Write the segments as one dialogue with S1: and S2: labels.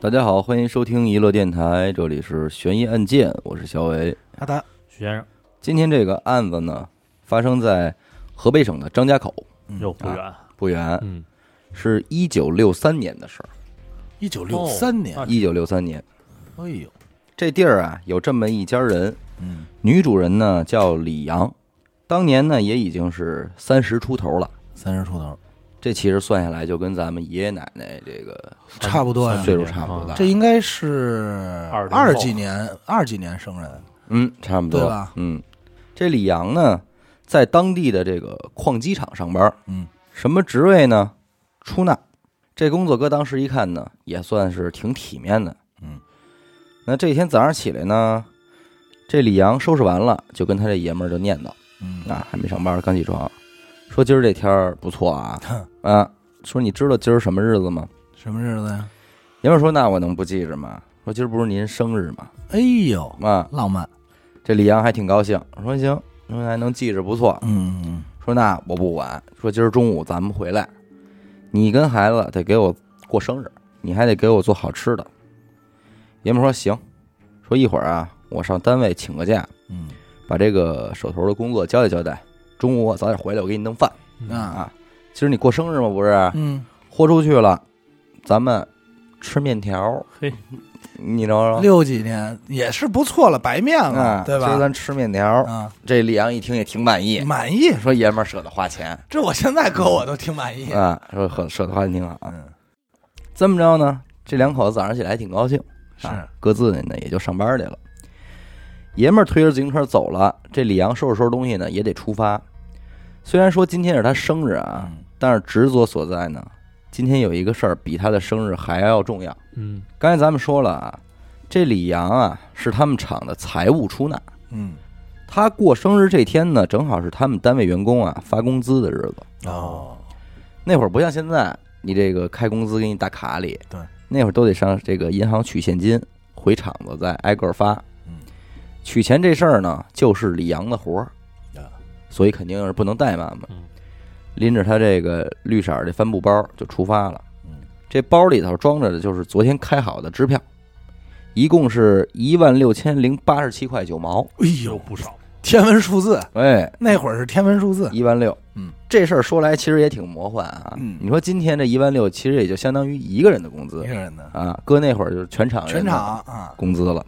S1: 大家好，欢迎收听娱乐电台，这里是悬疑案件，我是小伟。
S2: 阿达，
S3: 许先生，
S1: 今天这个案子呢，发生在河北省的张家口，
S3: 又
S1: 啊
S3: 不远，
S1: 不远，
S3: 嗯，
S1: 是一九六三年的事儿。
S2: 一九六三年，
S3: 哦
S1: 一九六三年，
S2: 哎呦，
S1: 这地儿啊有这么一家人，
S2: 嗯，
S1: 女主人呢叫李阳，当年呢也已经是三十出头了。
S2: 三十出头，
S1: 这其实算下来就跟咱们爷爷奶奶这个
S2: 差不多呀啊
S3: 三十
S1: 岁
S3: 年啊
S1: 数差不多大
S2: 这，应该是
S3: 二零后
S2: 二几年，二几年生人，
S1: 嗯，差不多
S2: 对吧
S1: 嗯，这李阳呢，在当地的这个矿机厂上班，
S2: 嗯，
S1: 什么职位呢？出纳。这工作搁当时一看呢，也算是挺体面的。
S2: 嗯，
S1: 那这天早上起来呢，这李阳收拾完了，就跟他这爷们儿就念叨
S2: 嗯，
S1: 啊，还没上班，刚起床，说今儿这天儿不错啊，啊，说你知道今儿什么日子吗？
S2: 什么日子呀？
S1: 爷们儿说那我能不记着吗？说今儿不是您生日吗？
S2: 哎呦，
S1: 啊，
S2: 浪漫，
S1: 这李阳还挺高兴，说行，说还能记着不错。
S2: 嗯嗯
S1: 说那我不管，说今儿中午咱们回来，你跟孩子得给我过生日，你还得给我做好吃的。爷们说行，说一会儿啊，我上单位请个假，
S2: 嗯
S1: 把这个手头的工作交代交代。中午我早点回来，我给你弄饭。
S2: 嗯啊，
S1: 啊今儿你过生日吗？不是，
S2: 嗯，
S1: 豁出去了，咱们吃面条，
S3: 嘿，
S1: 你知道吗？
S2: 六几年也是不错了，白面
S1: 啊
S2: 了，，对
S1: 今儿
S2: 吧？
S1: 咱哦吃面条。
S2: 啊，
S1: 这李阳一听也挺满意，
S2: 满意，
S1: 说爷们儿舍得花钱。
S2: 这我现在搁我都挺满意，
S1: 啊，说很说的话挺好啊。
S2: 嗯，
S1: 这么着呢，这两口子早上起来还挺高兴，
S2: 是
S1: 啊各自呢也就上班去了。爷们儿推着自行车走了，这李阳收拾收拾东西呢，也得出发。虽然说今天是他生日啊，
S2: 嗯
S1: 但是职责所在呢，今天有一个事儿比他的生日还要重要。
S3: 嗯，
S1: 刚才咱们说了啊，这李阳啊是他们厂的财务出纳，
S2: 嗯，
S1: 他过生日这天呢，正好是他们单位员工啊发工资的日子。
S2: 哦，
S1: 那会儿不像现在，你这个开工资给你打卡里，
S2: 对，
S1: 那会儿都得上这个银行取现金，回厂子再挨个儿发。
S2: 嗯，
S1: 取钱这事儿呢，就是李阳的活儿
S2: 啊，
S1: 所以肯定是不能怠慢嘛
S3: 嗯。
S1: 拎着他这个绿色儿的帆布包就出发了。
S2: 嗯，
S1: 这包里头装着的就是昨天开好的支票，一共是一万六千零八十七块九毛。
S2: 哎
S3: 又
S2: 呦，
S3: 不少，
S2: 天文数字，
S1: 哎，
S2: 那会儿是天文数字，
S1: 一万六，
S2: 嗯，
S1: 这事儿说来其实也挺魔幻啊。
S2: 嗯
S1: 你说今天这一万六，其实也就相当于一个人的工资
S2: 一个人的，
S1: 啊，搁那会儿就是全场人的
S2: 全场啊，
S1: 工资了。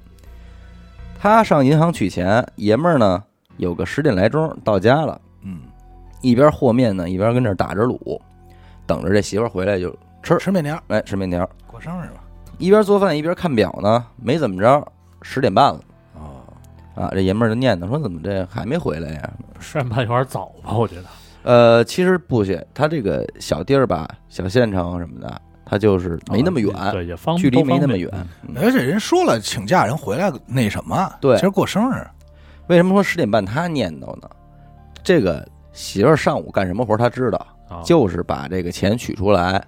S1: 他上银行取钱，爷们儿呢有个十点来钟到家了，
S2: 嗯，
S1: 一边和面呢，一边跟那儿打着卤，等着这媳妇儿回来就
S2: 吃面条，
S1: 哎吃面条，
S2: 过生日吧，
S1: 一边做饭一边看表呢，没怎么着，十点半了
S2: 哦。
S1: 啊，这爷们儿就念叨说怎么啊这还没回来呀？
S3: 十点半有点早吧？我觉得，
S1: 呃，其实不是，他这个小地儿吧，小县城什么的，他就是没那么远，
S3: 啊
S2: 嗯
S3: 对，也方
S1: 距离没那么。
S3: 都方
S1: 远。嗯
S2: 而且人说了请假，人回来那什么，
S1: 对
S2: 今儿过生日，
S1: 为什么说十点半他念叨呢？这个媳妇儿上午干什么活儿他知道，
S3: 便啊，
S1: 就是把这个钱取出来，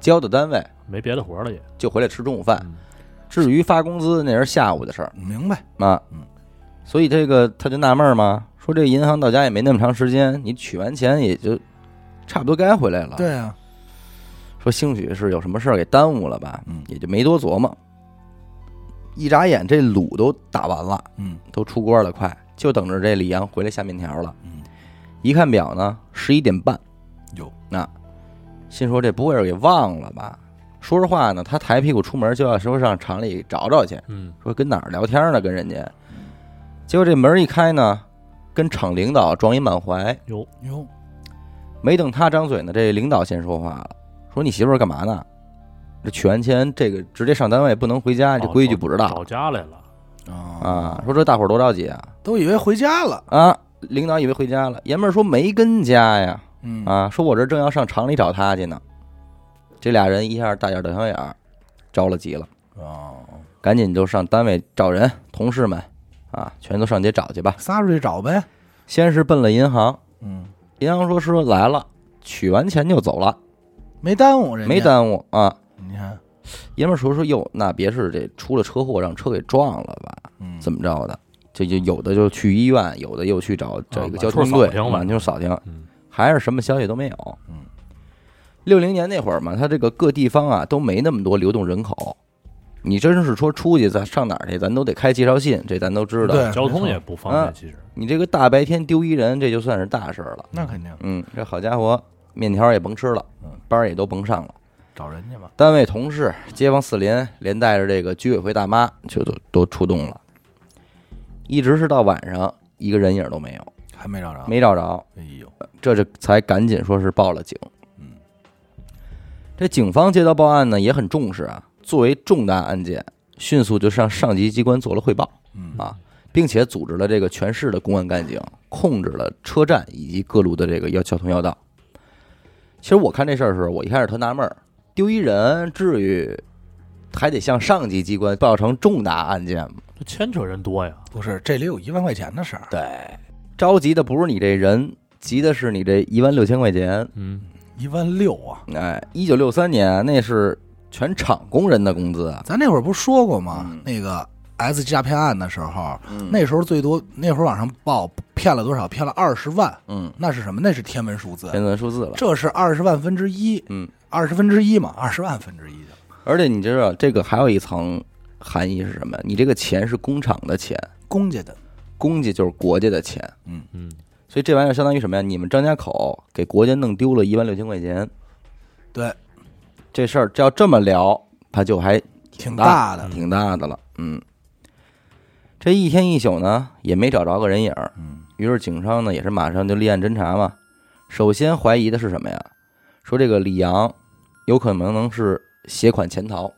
S1: 交到单位
S3: 没别的活了也。
S1: 就回来吃中午饭。
S3: 嗯
S1: 至于发工资，那是下午的事儿
S2: 明白？
S1: 啊
S2: 嗯。
S1: 所以这个他就纳闷儿嘛，说这银行到家也没那么长时间，你取完钱也就差不多该回来了。，
S2: 对啊，
S1: 说兴许是有什么事儿给耽误了吧，
S2: 嗯
S1: 也就没多琢磨。嗯一眨眼，这卤都打完了，
S2: 嗯
S1: 都出锅了，快就等着这李阳回来下面条了。
S2: 嗯，
S1: 一看表呢，十一点半，
S2: 有
S1: 心说这不会是给忘了吧？说实话呢，他抬屁股出门就要说上厂里找找去，
S3: 嗯，
S1: 说跟哪儿聊天呢，跟人家。结果这门一开呢，跟厂领导撞一满怀。
S3: 有
S2: 有，
S1: 没等他张嘴呢，这领导先说话了，说你媳妇儿干嘛呢？这取完钱，这个直接上单位不能回
S2: 哦
S1: 家，这规矩不知
S3: 嗯哦找
S1: 道
S3: 家来了，
S1: 啊。说这大伙儿多着急啊
S2: 都以为回家了，
S1: 啊！领导以为回家了，爷们儿说没跟家呀，
S2: 嗯，
S1: 啊，说我这正要上厂里找他去呢。这俩人一下大眼瞪小眼儿，着了急了，
S2: 哦，
S1: 赶紧就上单位找人，同事们啊，全都上街找去吧。
S2: 撒出去找呗，
S1: 先是奔了银行，
S2: 嗯，
S1: 银行说说来了，取完钱就走了，
S2: 没耽误人家，
S1: 没耽误啊。
S2: 你看，
S1: 爷们儿说说哟，那别是这出了车祸让车给撞了吧？
S2: 嗯，
S1: 怎么着的？这就有的就去医院，有的又去找这个
S3: 满
S1: 交
S3: 处
S1: 通
S3: 扫
S1: 队
S3: 听，吧
S1: 满处扫听，
S3: 嗯，
S1: 还是什么消息都没有。
S2: 嗯，
S1: 六零年那会儿嘛，他这个各地方啊都没那么多流动人口，你真是说出去咱上哪儿去，咱都得开介绍信，这咱都知道。
S2: 对
S3: 交
S2: 没
S3: 通
S2: 错
S3: 也不方
S1: 啊
S3: 便，其实
S1: 你这个大白天丢一人，这就算是大事儿了。
S2: 那肯定
S1: 嗯，这好家伙，面条也甭吃了
S2: 嗯，
S1: 班儿也都甭上了。
S2: 找人去吧。
S1: 单位同事、街坊四邻，连带着这个居委会大妈，就都都出动了。一直是到晚上，一个人影都没有，
S2: 还没找着，
S1: 没找着，
S2: 哎呦，
S1: 这这才赶紧说是报了警。
S2: 嗯，
S1: 这警方接到报案呢，也很重视啊，作为重大案件，迅速就向上级机关做了汇报，
S2: 嗯
S1: 啊，并且组织了这个全市的公安干警，控制了车站以及各路的这个要交通要道。其实我看这事儿的时候，我一开始特纳闷儿，丢一人至于还得向上级机关报成重大案件吗？
S3: 这牵扯人多呀，
S2: 不是，这里有一万块钱的事儿，
S1: 对，着急的不是你这人，急的是你这一万六千块钱。
S3: 嗯，
S2: 一万六啊！
S1: 哎，一九六三年那是全厂工人的工资啊，
S2: 咱那会儿不是说过吗？
S1: 嗯
S2: 那个 S 诈骗案的时候，
S1: 嗯
S2: 那时候最多那会儿往上报骗了多少？骗了二十万，
S1: 嗯，
S2: 那是什么？那是天文数字，
S1: 天文数字了。
S2: 这是二十万分之一，
S1: 嗯，
S2: 二十分之一嘛，二十万分之一的
S1: 而且你知道这个还有一层含义是什么？你这个钱是工厂的钱，
S2: 公家的，
S1: 公家就是国家的钱，
S3: 嗯，
S1: 所以这玩意儿相当于什么呀？你们张家口给国家弄丢了一万六千块钱，
S2: 对，
S1: 这事儿要这么聊，它就还
S2: 挺
S1: 大
S2: 大的，
S1: 挺大的了。嗯，这一天一宿呢，也没找着个人影儿。
S2: 嗯，
S1: 于是警方呢也是马上就立案侦查嘛。首先怀疑的是什么呀？说这个李阳有可能能是携款潜逃，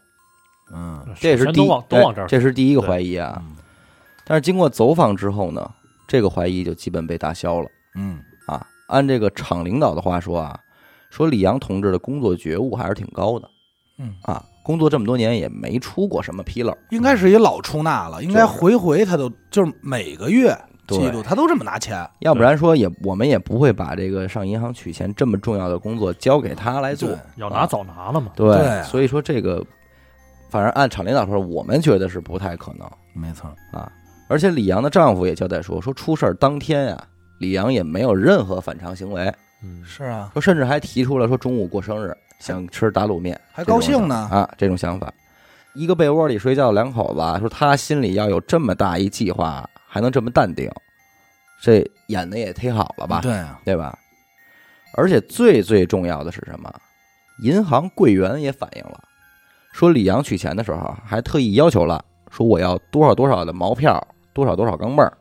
S2: 嗯
S1: 这是
S3: 全
S1: 第
S3: 都
S1: 一
S3: 往都
S1: 哎
S3: 往这儿，
S1: 这是第一个
S3: 对
S1: 怀疑啊。但是经过走访之后呢，这个怀疑就基本被打消了
S2: 嗯，
S1: 啊。按这个厂领导的话说啊，说李阳同志的工作觉悟还是挺高的，
S2: 嗯
S1: 啊，工作这么多年也没出过什么纰漏，
S2: 应该是一老出纳了，应该回回他都就是每个月
S1: 对
S2: 记录他都这么拿钱，
S1: 要不然说也我们也不会把这个上银行取钱这么重要的工作交给他来做
S2: 对，
S3: 要
S1: 啊
S3: 拿早拿了嘛，
S1: 对，
S2: 对啊
S1: 所以说这个，反正按厂领导说，我们觉得是不太可能。
S2: 没错，
S1: 啊。而且李阳的丈夫也交代说，说出事儿当天呀、李阳也没有任何反常行为，
S3: 嗯，
S2: 是啊，
S1: 说甚至还提出了说中午过生日想吃打卤面，
S2: 还高兴呢，
S1: 啊这种想法。一个被窝里睡觉的两口子啊，说他心里要有这么大一计划，还能这么淡定，这演的也忒好了吧，
S2: 对啊，
S1: 对吧？而且最最重要的是什么？银行柜员也反映了，说李阳取钱的时候还特意要求了，说我要多少多少的毛票，多少多少钢镚儿。
S3: 啊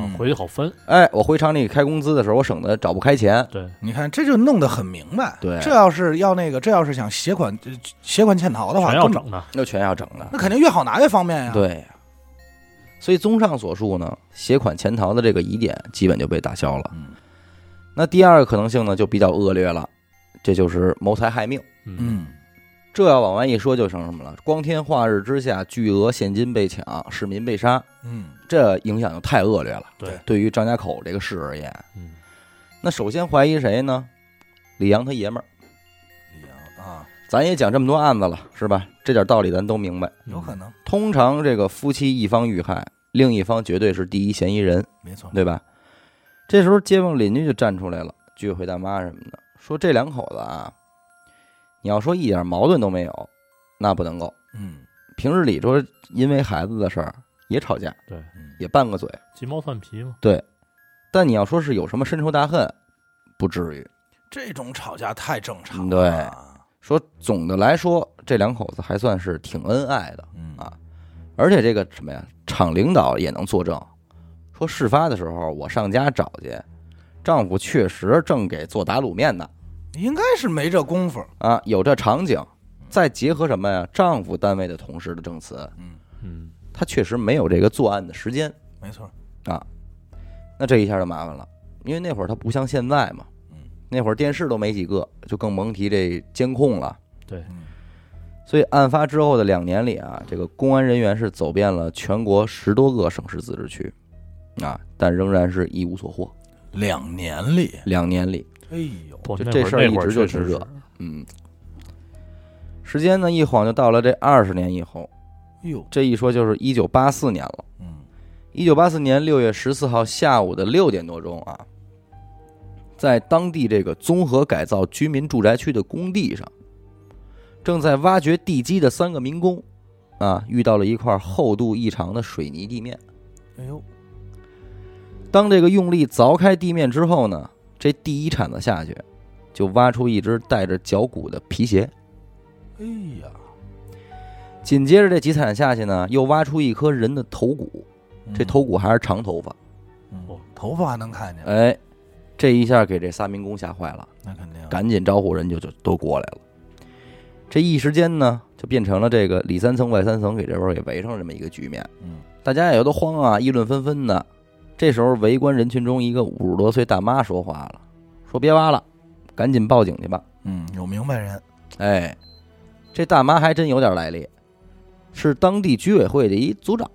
S2: 嗯，
S3: 回去好分，
S1: 哎，我回厂里开工资的时候，我省得找不开钱。
S3: 对，
S2: 你看这就弄得很明白，
S1: 对
S2: 这要是要那个，这要是想携款呃携款潜逃的话，
S3: 全要
S2: 根本
S3: 整的，
S1: 那全要整的
S2: 那肯定越好拿越方便呀，，
S1: 对呀、所以综上所述呢，携款潜逃的这个疑点基本就被打消了。
S2: 嗯
S1: 那第二个可能性呢，就比较恶劣了，这就是谋财害命。
S3: 嗯，
S2: 嗯，
S1: 这要往外一说，就成什么了？光天化日之下，巨额现金被抢，市民被杀，
S2: 嗯，
S1: 这影响就太恶劣了。
S3: 对，
S1: 对于张家口这个市而言，
S3: 嗯，
S1: 那首先怀疑谁呢？李阳他爷们儿。
S2: 李阳啊，
S1: 咱也讲这么多案子了，是吧？这点道理咱都明白。
S2: 有
S3: 嗯
S2: 可能，
S1: 通常这个夫妻一方遇害，另一方绝对是第一嫌疑人，
S2: 没错，
S1: 对吧？这时候街坊邻居就站出来了，居委会大妈什么的，说这两口子啊，你要说一点矛盾都没有，那不能够。
S2: 嗯
S1: 平日里说因为孩子的事儿也吵架，
S3: 对，
S2: 嗯，
S1: 也拌个嘴，
S3: 鸡毛蒜皮嘛，
S1: 但你要说是有什么深仇大恨，不至于。
S2: 这种吵架太正
S1: 嗯
S2: 常了，
S1: 对说总的来说，这两口子还算是挺恩爱的，
S2: 嗯
S1: 啊而且这个什么呀，厂领导也能作证，说事发的时候我上家找去，丈夫确实正给做打卤面呢，
S2: 应该是没这功夫，
S1: 啊，有这场景，再结合什么呀，丈夫单位的同事的证词，
S2: 嗯，
S3: 嗯，
S1: 他确实没有这个作案的时间，
S2: 没错，
S1: 那这一下就麻烦了，因为那会儿他不像现在嘛
S2: 嗯，
S1: 那会儿电视都没几个，就更甭提这监控了。
S3: 对，
S2: 嗯
S1: 所以案发之后的两年里啊，这个公安人员是走遍了全国十多个省市自治区，啊，但仍然是一无所获。
S2: 两年里，
S1: 两年里，
S2: 哎呦，
S3: 不，
S1: 就
S3: 那
S1: 这
S3: 会
S1: 事儿
S3: 那
S1: 一
S3: 会儿
S1: 直就
S3: 确实
S1: 是
S3: 是
S1: 热嗯，时间呢一晃就到了这二十年以后，
S2: 哎呦，
S1: 这一说就是一九八四年了。
S2: 嗯
S1: 一九八四年六月十四号下午的六点多钟啊，在当地这个综合改造居民住宅区的工地上，正在挖掘地基的三个民工啊，遇到了一块厚度异常的水泥地面。
S2: 哎呦，
S1: 当这个用力凿开地面之后呢，这第一铲子下去，就挖出一只带着脚骨的皮鞋。
S2: 哎呀，
S1: 紧接着这几铲下去呢，又挖出一颗人的头骨，这
S2: 嗯
S1: 头骨还是长头发。
S2: 嗯头发还能看见，
S1: 哎，这一下给这仨民工吓坏了，
S2: 那肯定。
S1: 赶紧招呼人就就都过来了。这一时间呢，就变成了这个里三层外三层给这边给围上了这么一个局面。
S2: 嗯，
S1: 大家也都慌啊，议论纷纷的。这时候，围观人群中一个五十多岁大妈说话了，说：“别挖了，赶紧报警去吧。
S2: 嗯，有明白人。”
S1: 哎，这大妈还真有点来历，是当地居委会的一组长。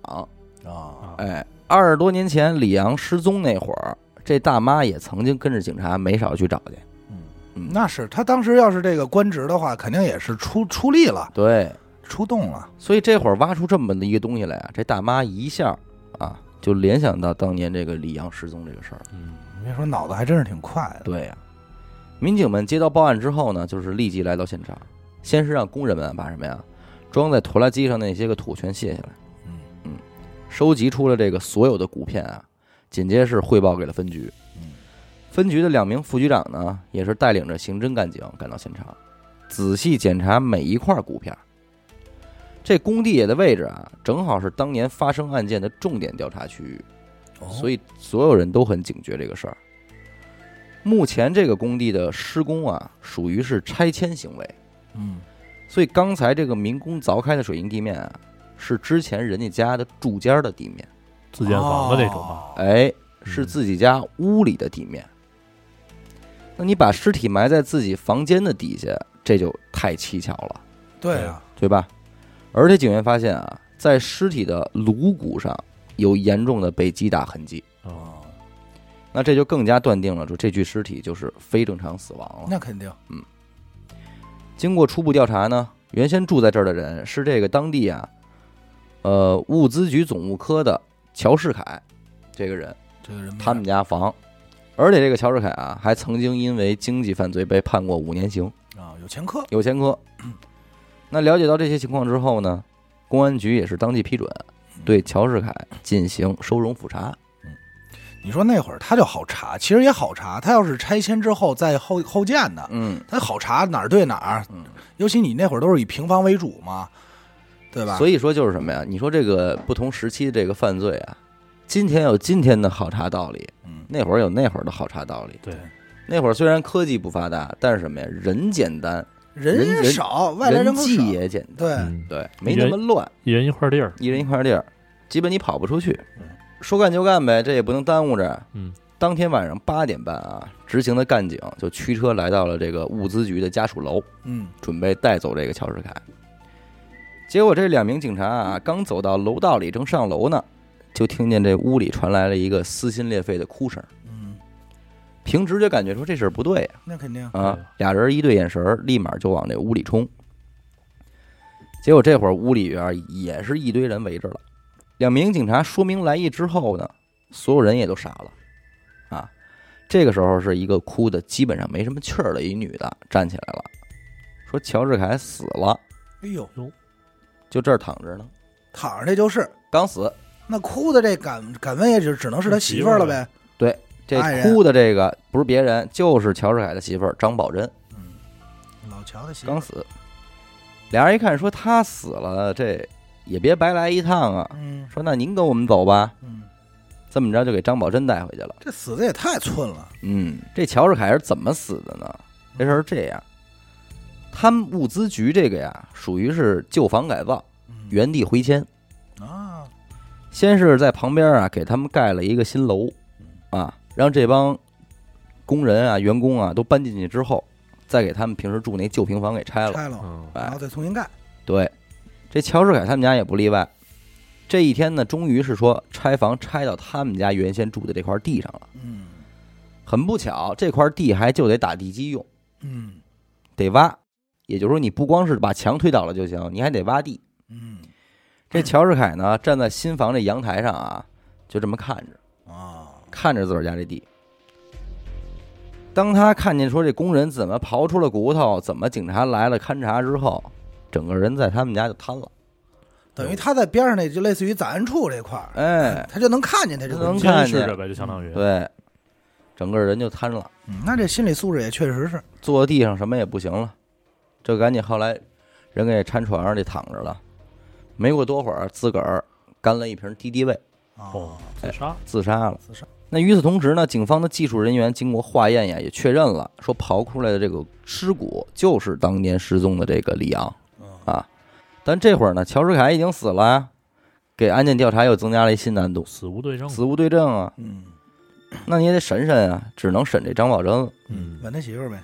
S2: 啊，
S1: 哎，二十多年前李阳失踪那会儿，这大妈也曾经跟着警察没少去找去。
S2: 那是他当时要是这个官职的话，肯定也是出出力了，
S1: 对，
S2: 出动了。
S1: 所以这会儿挖出这么的一个东西来啊，这大妈一下啊就联想到当年这个李阳失踪这个事儿。
S3: 嗯，
S2: 你别说，脑子还真是挺快的。
S1: 对呀、民警们接到报案之后呢，就是立即来到现场，先是让工人们把什么呀装在拖拉机上那些个土全卸下来，
S2: 嗯
S1: 嗯，收集出了这个所有的骨片啊，紧接着是汇报给了分局
S2: 嗯。
S1: 分局的两名副局长呢，也是带领着刑侦干警赶到现场，仔细检查每一块骨片儿。这工地也的位置啊，正好是当年发生案件的重点调查区域，哦所
S2: 以
S1: 以所有人都很警觉这个事儿。目前这个工地的施工啊，属于是拆迁行为，
S2: 嗯，
S1: 所以刚才这个民工凿开的水泥地面啊，是之前人家家的住家的地面，
S3: 自建房的那种啊吧，
S2: 哦
S1: 哎，是自己家屋里的地面。那你把尸体埋在自己房间的底下，这就太蹊跷了，
S2: 对啊，
S1: 对吧？而且警员发现啊，在尸体的颅骨上有严重的被击打痕迹，
S3: 啊，
S1: 那这就更加断定了，说这具尸体就是非正常死亡了。
S2: 那肯定。
S1: 经过初步调查呢，原先住在这儿的人是这个当地啊，呃，物资局总务科的乔世凯这个人，
S2: 这个人
S1: 他们家房，而且这个乔世凯啊，还曾经因为经济犯罪被判过五年刑，
S2: 啊，有前科。
S1: 有前 科。那了解到这些情况之后呢，公安局也是当即批准
S2: 嗯
S1: 对乔世凯进行收容复查。
S2: 你说那会儿他就好查，其实也好查。他要是拆迁之后在后后建的，
S1: 嗯，
S2: 他好查哪儿对哪儿。
S1: 嗯
S2: 尤其你那会儿都是以平房为主嘛，对吧？
S1: 所
S2: 以
S1: 以说就是什么呀？你说这个不同时期的这个犯罪啊，今天有今天的好查道理，
S2: 嗯，
S1: 那会儿有那会儿的好查道理。
S3: 对，
S1: 那会儿虽然科技不发达，但是什么呀？人简单，人
S2: 人
S1: 人
S2: 少，外来人口
S1: 际
S2: 少。
S1: 也简单，
S2: 对，
S3: 嗯，
S1: 对，没那么乱，
S3: 一人一块地儿，
S1: 一人一块地儿，基本你跑不出去
S2: 嗯。
S1: 说干就干呗，这也不能耽误着。
S3: 嗯，
S1: 当天晚上八点半啊，执行的干警就驱车来到了这个物资局的家属楼。
S2: 嗯，
S1: 准备带走这个乔世凯。结果这两名警察啊，刚走到楼道里，正上楼呢，就听见这屋里传来了一个撕心裂肺的哭声。
S2: 嗯，
S1: 凭直觉感觉说这事儿不对呀
S2: 那肯定。
S1: 啊俩人一对眼神儿，立马就往这屋里冲。结果这会儿屋里边也是一堆人围着了。两名警察说明来意之后呢，所有人也都傻了，啊，这个时候是一个哭的基本上没什么气儿的一女的站起来了，说乔治凯死了。
S2: 哎呦，
S1: 就这儿躺着呢，
S2: 躺着这就是，
S1: 刚死。
S2: 那哭的这敢敢问也只只能是他媳妇儿了呗。
S1: 这
S2: 爱人
S1: 哭的这个不是别人，就是乔治凯的媳妇儿张宝珍，
S2: 嗯，老乔的媳妇
S1: 刚
S2: 儿。
S1: 死。俩人一看说他死了，这也别白来一趟啊。
S2: 嗯
S1: 说那您跟我们走吧，
S2: 嗯，
S1: 这么着就给张宝珍带回去了。
S2: 这死的也太寸了。
S1: 嗯，这乔治凯是怎么死的呢？这事儿是这样，他们物资局这个呀，属于是旧房改造，
S2: 嗯
S1: 原地回迁。
S2: 啊，
S1: 先是在旁边啊给他们盖了一个新楼，啊，让这帮工人啊、员工啊都搬进去之后，再给他们平时住那旧平房给拆了。
S2: 拆了，
S3: 嗯，
S1: 哎
S2: 然后再重新盖。
S1: 对，这乔治凯他们家也不例外。这一天呢，终于是说拆房拆到他们家原先住的这块地上了。
S2: 嗯
S1: 很不巧，这块地还就得打地基用，
S2: 嗯
S1: 得挖。也就是说，你不光是把墙推倒了就行，你还得挖地。
S2: 嗯
S1: 这乔治凯呢，站在新房这阳台上啊，就这么看着。
S2: 啊，
S1: 看着自个儿家这地。当他看见说这工人怎么刨出了骨头，怎么警察来了勘察之后，整个人在他们家就瘫了。
S2: 等于他在边上那就类似于攒恩处这块儿，
S1: 哎，
S2: 他就能看见他这东
S1: 能
S2: 西。
S1: 看
S3: 监
S1: 见
S3: 视着呗，就相当于
S1: 对，整个人就瘫了，
S2: 嗯那这心理素质也确实是，
S1: 坐地上什么也不行了，这赶紧后来人给搀床上去躺着了，没过多会儿自个儿干了一瓶敌敌畏
S2: 哦
S3: 哦，自杀
S1: 自杀了。
S2: 自杀
S1: 那与此同时呢，警方的技术人员经过化验呀，也确认了，说刨出来的这个尸骨就是当年失踪的这个李昂啊。但这会儿呢，乔世凯已经死了呀，给案件调查又增加了一新难度，
S3: 死无对证，
S1: 死无对证啊，
S2: 嗯，
S1: 那你也得审审啊，只能审这张宝珍了。
S3: 嗯，
S2: 吻他媳妇儿呗，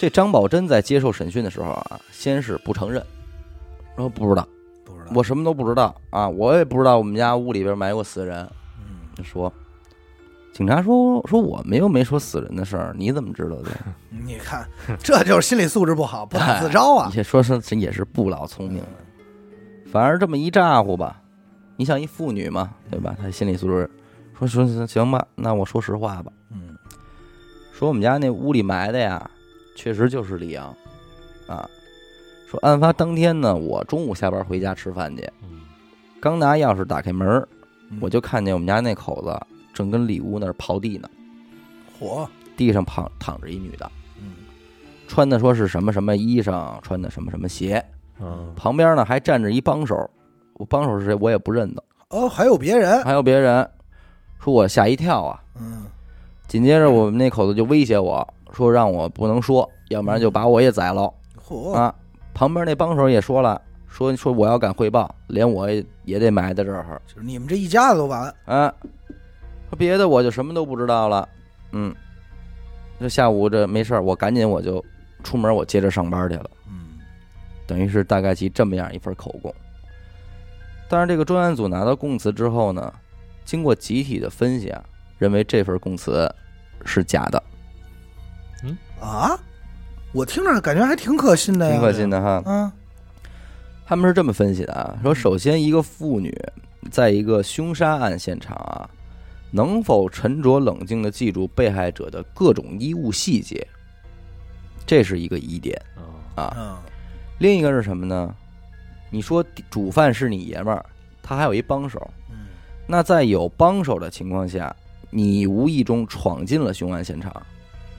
S1: 这张宝珍在接受审讯的时候啊，先是不承认，说不知道，
S2: 不知道。
S1: 我什么都不知道啊，我也不知道我们家屋里边埋过死人。
S2: 嗯
S1: 说，警察说说我们又没说死人的事儿，你怎么知道的？
S2: 你看，这就是心理素质不好，不打自招啊。
S1: 也说是这也是不老聪明了，反而这么一咋呼吧，你想一妇女嘛，对吧？她心理素质，说说行行吧，那我说实话吧，
S2: 嗯，
S1: 说我们家那屋里埋的呀，确实就是李阳，啊，说案发当天呢，我中午下班回家吃饭去，
S3: 嗯
S1: 刚拿钥匙打开门儿，
S2: 嗯
S1: 我就看见我们家那口子正跟里屋那儿刨地呢，
S2: 嗯火，
S1: 地上躺躺着一女的，
S2: 嗯，
S1: 穿的说是什么什么衣裳，穿的什么什么鞋，
S3: 嗯
S1: 旁边呢还站着一帮手，我帮手是谁我也不认得，
S2: 哦，还有别人，
S1: 还有别人，说我吓一跳啊。
S2: 嗯，
S1: 紧接着我们那口子就威胁我说让我不能说，要不然就把我也宰了
S2: 火，
S1: 啊。旁边那帮手也说了，说说我要敢汇报，连我也也得埋在这儿
S2: 就是你们这一家子都完，
S1: 啊。说别的我就什么都不知道了，嗯。这下午这没事儿，我赶紧我就出门，我接着上班去了。
S2: 嗯，
S1: 等于是大概其这么样一份口供。但是这个专案组拿到供词之后呢，经过集体的分析啊，认为这份供词是假的，
S2: 啊，我听着感觉还挺可信的呀，
S1: 挺可信的哈。
S2: 啊，
S1: 他们是这么分析的啊，说首先一个妇女在一个凶杀案现场啊，能否沉着冷静地记住被害者的各种衣物细节，这是一个疑点。啊
S3: 嗯
S2: 嗯，
S1: 另一个是什么呢？你说主犯是你爷们儿，他还有一帮手，
S2: 嗯，
S1: 那在有帮手的情况下，你无意中闯进了凶案现场，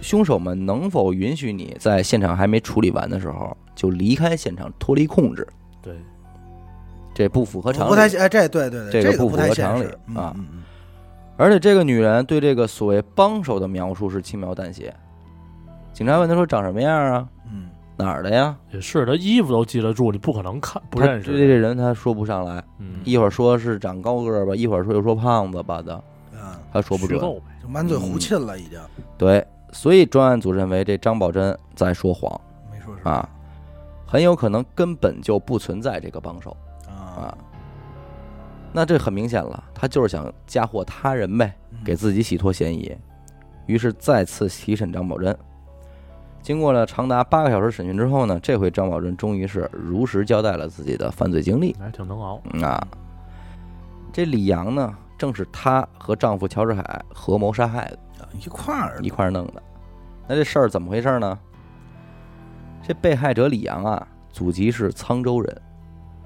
S1: 凶手们能否允许你在现场还没处理完的时候就离开现场，脱离控制？
S3: 对，
S1: 这不符合常理。
S2: 不太哎，这对对
S1: 这
S2: 对，
S1: 个
S2: 这
S1: 不
S2: 不
S1: 符
S2: 太
S1: 合
S2: 现
S1: 常
S2: 实
S1: 理
S2: 嗯
S1: 啊
S2: 嗯嗯
S1: 而且这个女人对这个所谓帮手的描述是轻描淡写。警察问她说：“长什么样啊？
S2: 嗯，
S1: 哪儿的呀
S3: 也是他衣服都记得住，你不可能看？”不认
S1: 她对这
S3: 识，
S1: 人她说不上来，
S3: 嗯，
S1: 一会儿说是长高个儿吧，一会儿说又说胖子吧的，
S2: 啊，
S1: 她说不
S3: 虚
S1: 准。
S3: 构呗，
S2: 就满嘴
S1: 嗯
S2: 胡沁了，已经
S1: 对，所以专案组认为这张宝珍在说谎。
S2: 没说是
S1: 啊，很有可能根本就不存在这个帮手
S2: 啊
S1: 啊，。那这很明显了，他就是想嫁祸他人呗，
S2: 嗯
S1: 给自己洗脱嫌疑。于是再次提审张宝珍。经过了长达八个小时审讯之后呢，这回张宝珍终于是如实交代了自己的犯罪经历。
S3: 还挺能熬，
S1: 嗯啊，这李阳呢，正是她和丈夫乔治海合谋杀害的。
S2: 啊一块儿
S1: 一块儿弄的。那这事儿怎么回事呢？这被害者李阳啊，祖籍是沧州人，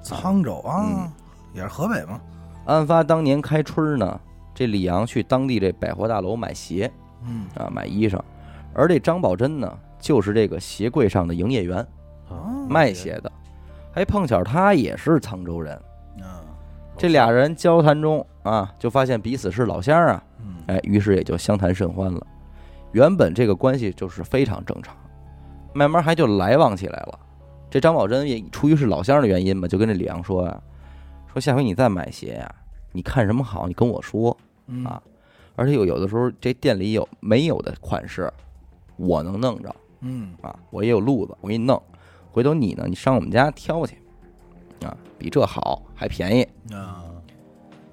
S2: 沧州啊
S1: 嗯，
S2: 也是河北嘛，
S1: 案发当年开春儿呢，这李阳去当地这百货大楼买鞋
S2: 嗯
S1: 啊，买衣裳，而这张宝珍呢，就是这个鞋柜上的营业员，
S3: 啊，
S2: 哦嗯
S1: 卖鞋的，还碰巧他也是沧州人。
S2: 啊
S1: 这俩人交谈中啊，就发现彼此是老乡儿啊，
S2: 嗯
S1: 哎，于是也就相谈甚欢了。原本这个关系就是非常正常，慢慢还就来往起来了。这张宝珍也出于是老乡的原因嘛，就跟这李阳说啊，说下回你再买鞋呀、你看什么好，你跟我说。
S2: 嗯
S1: 啊而且有有的时候这店里有没有的款式，我能弄着
S2: 嗯
S1: 啊，我也有路子，我给你弄。回头你呢，你上我们家挑去，啊，比这好还便宜。嗯
S2: 啊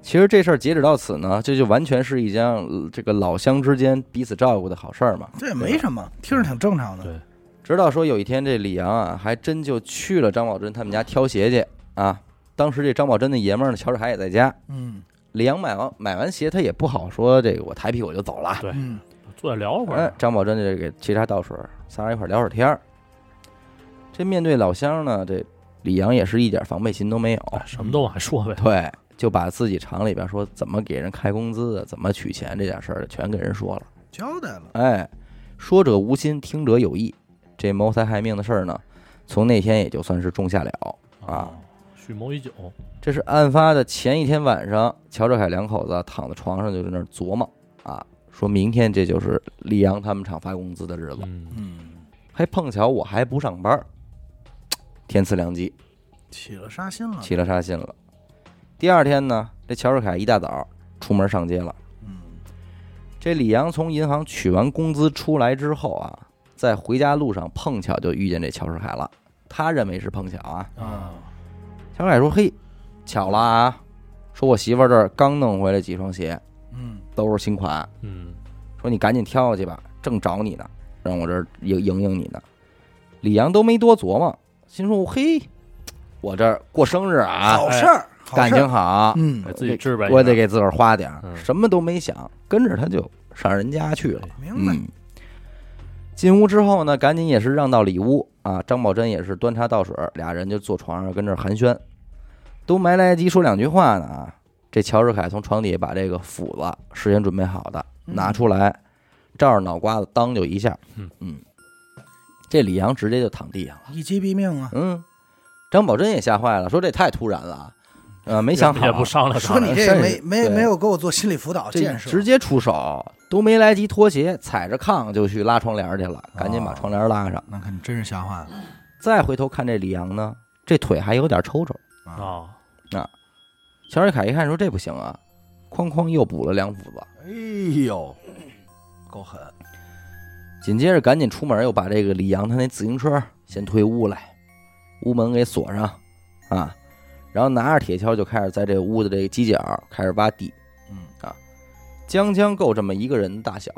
S1: 其实这事儿截止到此呢，这就完全是一件呃这个老乡之间彼此照顾的好事儿嘛。
S2: 这也没什么，听着挺正常的。
S3: 对
S1: 直到说有一天，这李阳啊，还真就去了张宝珍他们家挑鞋去啊。当时这张宝珍的爷们儿呢，乔治海也在家。
S2: 嗯
S1: 李阳买完买完鞋，他也不好说这个我抬屁股就走了。
S3: 对
S2: 嗯，
S3: 坐下聊会
S1: 哎
S3: 儿，，
S1: 张宝珍就给沏茶倒水，仨人一块儿聊会儿天儿。这面对老乡呢，这李阳也是一点防备心都没有，
S3: 哎什么都往外说呗。
S1: 对，就把自己厂里边说怎么给人开工资啊，怎么取钱这点事儿全给人说了。
S2: 交代了，
S1: 哎，说者无心，听者有意。这谋财害命的事儿呢，从那天也就算是种下了。啊，
S3: 蓄谋已久，
S1: 这是案发的前一天晚上，乔治凯两口子躺在床上就在那儿琢磨啊，说明天这就是李阳他们厂发工资的日子，
S3: 嗯，
S2: 嗯，
S1: 还碰巧我还不上班儿，天赐良机，
S2: 起了杀心了，
S1: 起了杀心了。第二天呢，这乔治凯一大早出门上街了。
S2: 嗯，
S1: 这李阳从银行取完工资出来之后啊，在回家路上碰巧就遇见这乔世凯了。他认为是碰巧啊。
S2: 啊，
S1: 乔世凯说：“嘿，巧了啊！说我媳妇儿这儿刚弄回来几双鞋，
S2: 嗯，
S1: 都是新款，
S3: 嗯，
S1: 说你赶紧挑去吧，正找你呢，让我这儿迎迎迎你呢。”李阳都没多琢磨，心说：“嘿，我这儿过生日啊，
S2: 好事儿，好事儿
S1: 感情好，
S2: 嗯
S3: 哎，自己治呗，
S1: 我得给自个儿花点儿。
S3: 嗯
S1: 什么都没想，跟着他就上人家去了。
S2: 明白，
S1: 嗯，进屋之后呢，赶紧也是让到里屋啊。张宝珍也是端茶倒水，俩人就坐床上跟这儿寒暄，都没来得及说两句话呢啊。这乔治凯从床底下把这个斧子事先准备好的
S2: 嗯
S1: 拿出来，照着脑瓜子当就一下
S3: 嗯，
S1: 嗯，这李阳直接就躺地上了。
S2: 一击毙命啊！
S1: 嗯，张宝珍也吓坏了，说这太突然了啊，呃，没
S3: 没
S1: 想好，
S3: 也不商量商
S2: 说
S3: 量，
S2: 你这
S1: 是
S2: 没没
S1: 对
S2: 没有给我做心理辅导
S1: 这
S2: 建设，
S1: 直接出手，都没来及脱鞋，踩着炕就去拉窗帘去了，赶紧把
S3: 哦
S1: 窗帘拉上。
S2: 那看你真是吓坏了
S1: 再回头看这李阳呢，这腿还有点抽抽。
S2: 啊！
S3: 啊，
S1: 乔治凯一看说这不行啊，哐哐又补了两斧子，
S2: 哎呦，够狠，
S1: 紧接着赶紧出门又把这个李阳他那自行车先推屋来，屋门给锁上啊，然后拿着铁锹就开始在这屋的这个犄角开始挖地，啊
S2: 嗯
S1: 将将够这么一个人的大小，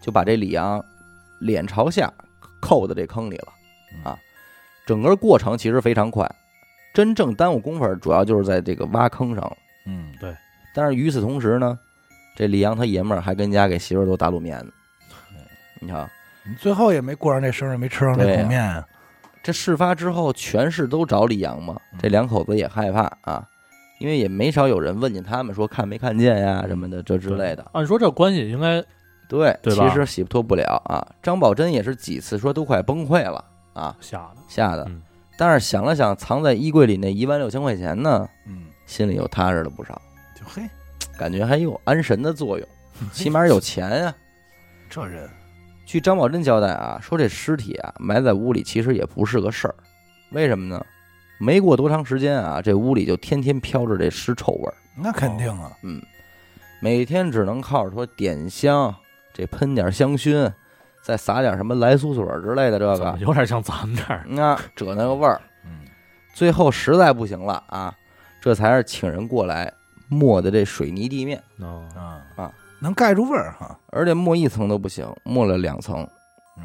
S1: 就把这李阳脸朝下扣到这坑里了啊！整个过程其实非常快，真正耽误功夫儿主要就是在这个挖坑上了。
S2: 嗯，
S1: 但是与此同时呢，这李阳他爷们儿还跟家给媳妇儿做打卤面呢。你看，啊
S2: 你最后也没过上这生日，没吃上这
S1: 对呀
S2: 苦面啊，
S1: 这事发之后，全市都找李阳嘛，
S3: 嗯
S1: 这两口子也害怕啊，因为也没少有人问见他们说看没看见呀什么的这之类的。
S3: 按说这关系应该
S1: 对，
S3: 对
S1: 其
S3: 吧
S1: 实洗脱不了啊。张宝珍也是几次说都快崩溃了啊，
S3: 下的，
S1: 吓得
S3: 嗯。
S1: 但是想了想，藏在衣柜里那一万六千块钱呢，
S2: 嗯，
S1: 心里又踏实了不少，
S2: 就嘿，
S1: 感觉还有安神的作用，
S3: 哎
S1: 起码哦有钱呀、啊
S2: 这人
S1: 据张宝珍交代啊，说这尸体啊埋在屋里其实也不是个事儿，为什么呢？没过多长时间啊，这屋里就天天飘着这尸臭味儿，
S2: 那肯定啊，
S1: 每天只能靠着说点香，这喷点香薰，再撒点什么来苏水之类的这
S3: 怎么
S1: 个，
S3: 有点像咱们这儿，啊
S1: 那褶那个味儿，
S2: 嗯，
S1: 最后实在不行了啊，这才是请人过来抹的这水泥地面，
S3: 嗯，
S2: 啊
S1: 啊，
S2: 能盖住味儿哈，
S1: 而且抹一层都不行，抹了两层。
S2: 嗯，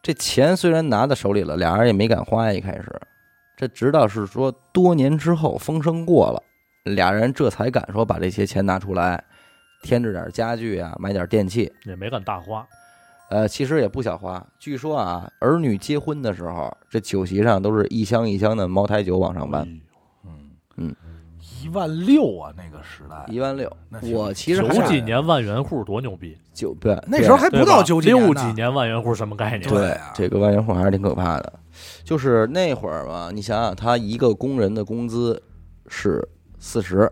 S1: 这钱虽然拿在手里了，俩人也没敢花呀。一开始，这直到是说多年之后风声过了，俩人这才敢说把这些钱拿出来，添置点家具啊，买点电器。
S3: 也没敢大花，
S1: 呃，其实也不小花。据说啊，儿女结婚的时候，这酒席上都是一箱一箱的茅台酒往上搬，
S2: 嗯
S1: 嗯，
S2: 一万六啊，那个时代，
S1: 一万六
S2: 那。挺
S1: 我其实
S3: 九
S1: 还
S2: 吓
S3: 几
S2: 人
S3: 年万元户多牛逼，
S1: 九对
S2: 那时候
S1: 对
S2: 还
S3: 对
S2: 不到
S3: 吧
S2: 九几
S3: 六
S2: 年
S3: 几
S2: 呢
S3: 年万元户什么概念？
S2: 对
S1: 对
S2: 啊
S1: 这个万元户还是挺可怕的。就是那会儿嘛，你想想，他一个工人的工资是四十，